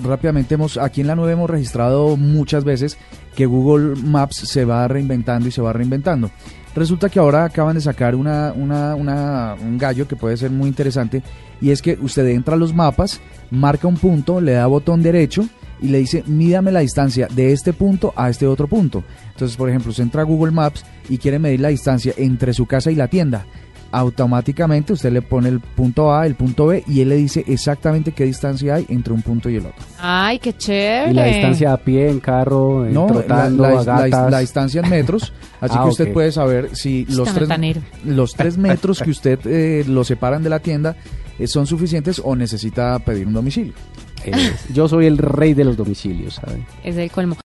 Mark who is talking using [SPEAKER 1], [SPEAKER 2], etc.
[SPEAKER 1] Rápidamente hemos, aquí en la 9 hemos registrado muchas veces que Google Maps se va reinventando y se va reinventando. Resulta que ahora acaban de sacar una, una- una- un gallo que puede ser muy interesante y es que usted entra a los mapas, marca un punto, le da botón derecho y le dice mídame la distancia de este punto a este otro punto. Entonces, por ejemplo, usted entra a Google Maps y quiere medir la distancia entre su casa y la tienda. Automáticamente usted le pone el punto A, el punto B y él le dice exactamente qué distancia hay entre un punto y el otro.
[SPEAKER 2] Ay, qué chévere.
[SPEAKER 3] Y la distancia a pie, en carro, en
[SPEAKER 1] No, la,
[SPEAKER 3] eh, trotando,
[SPEAKER 1] la- la-
[SPEAKER 3] a gatas.
[SPEAKER 1] la distancia en metros, así
[SPEAKER 3] Ah,
[SPEAKER 1] que usted
[SPEAKER 3] ok.
[SPEAKER 1] puede saber si los tres,
[SPEAKER 2] metanero.
[SPEAKER 1] los tres metros que usted eh, lo separan de la tienda eh, son suficientes o necesita pedir un domicilio.
[SPEAKER 3] Eh, yo soy el rey de los domicilios, ¿sabes?
[SPEAKER 2] Es el colmo.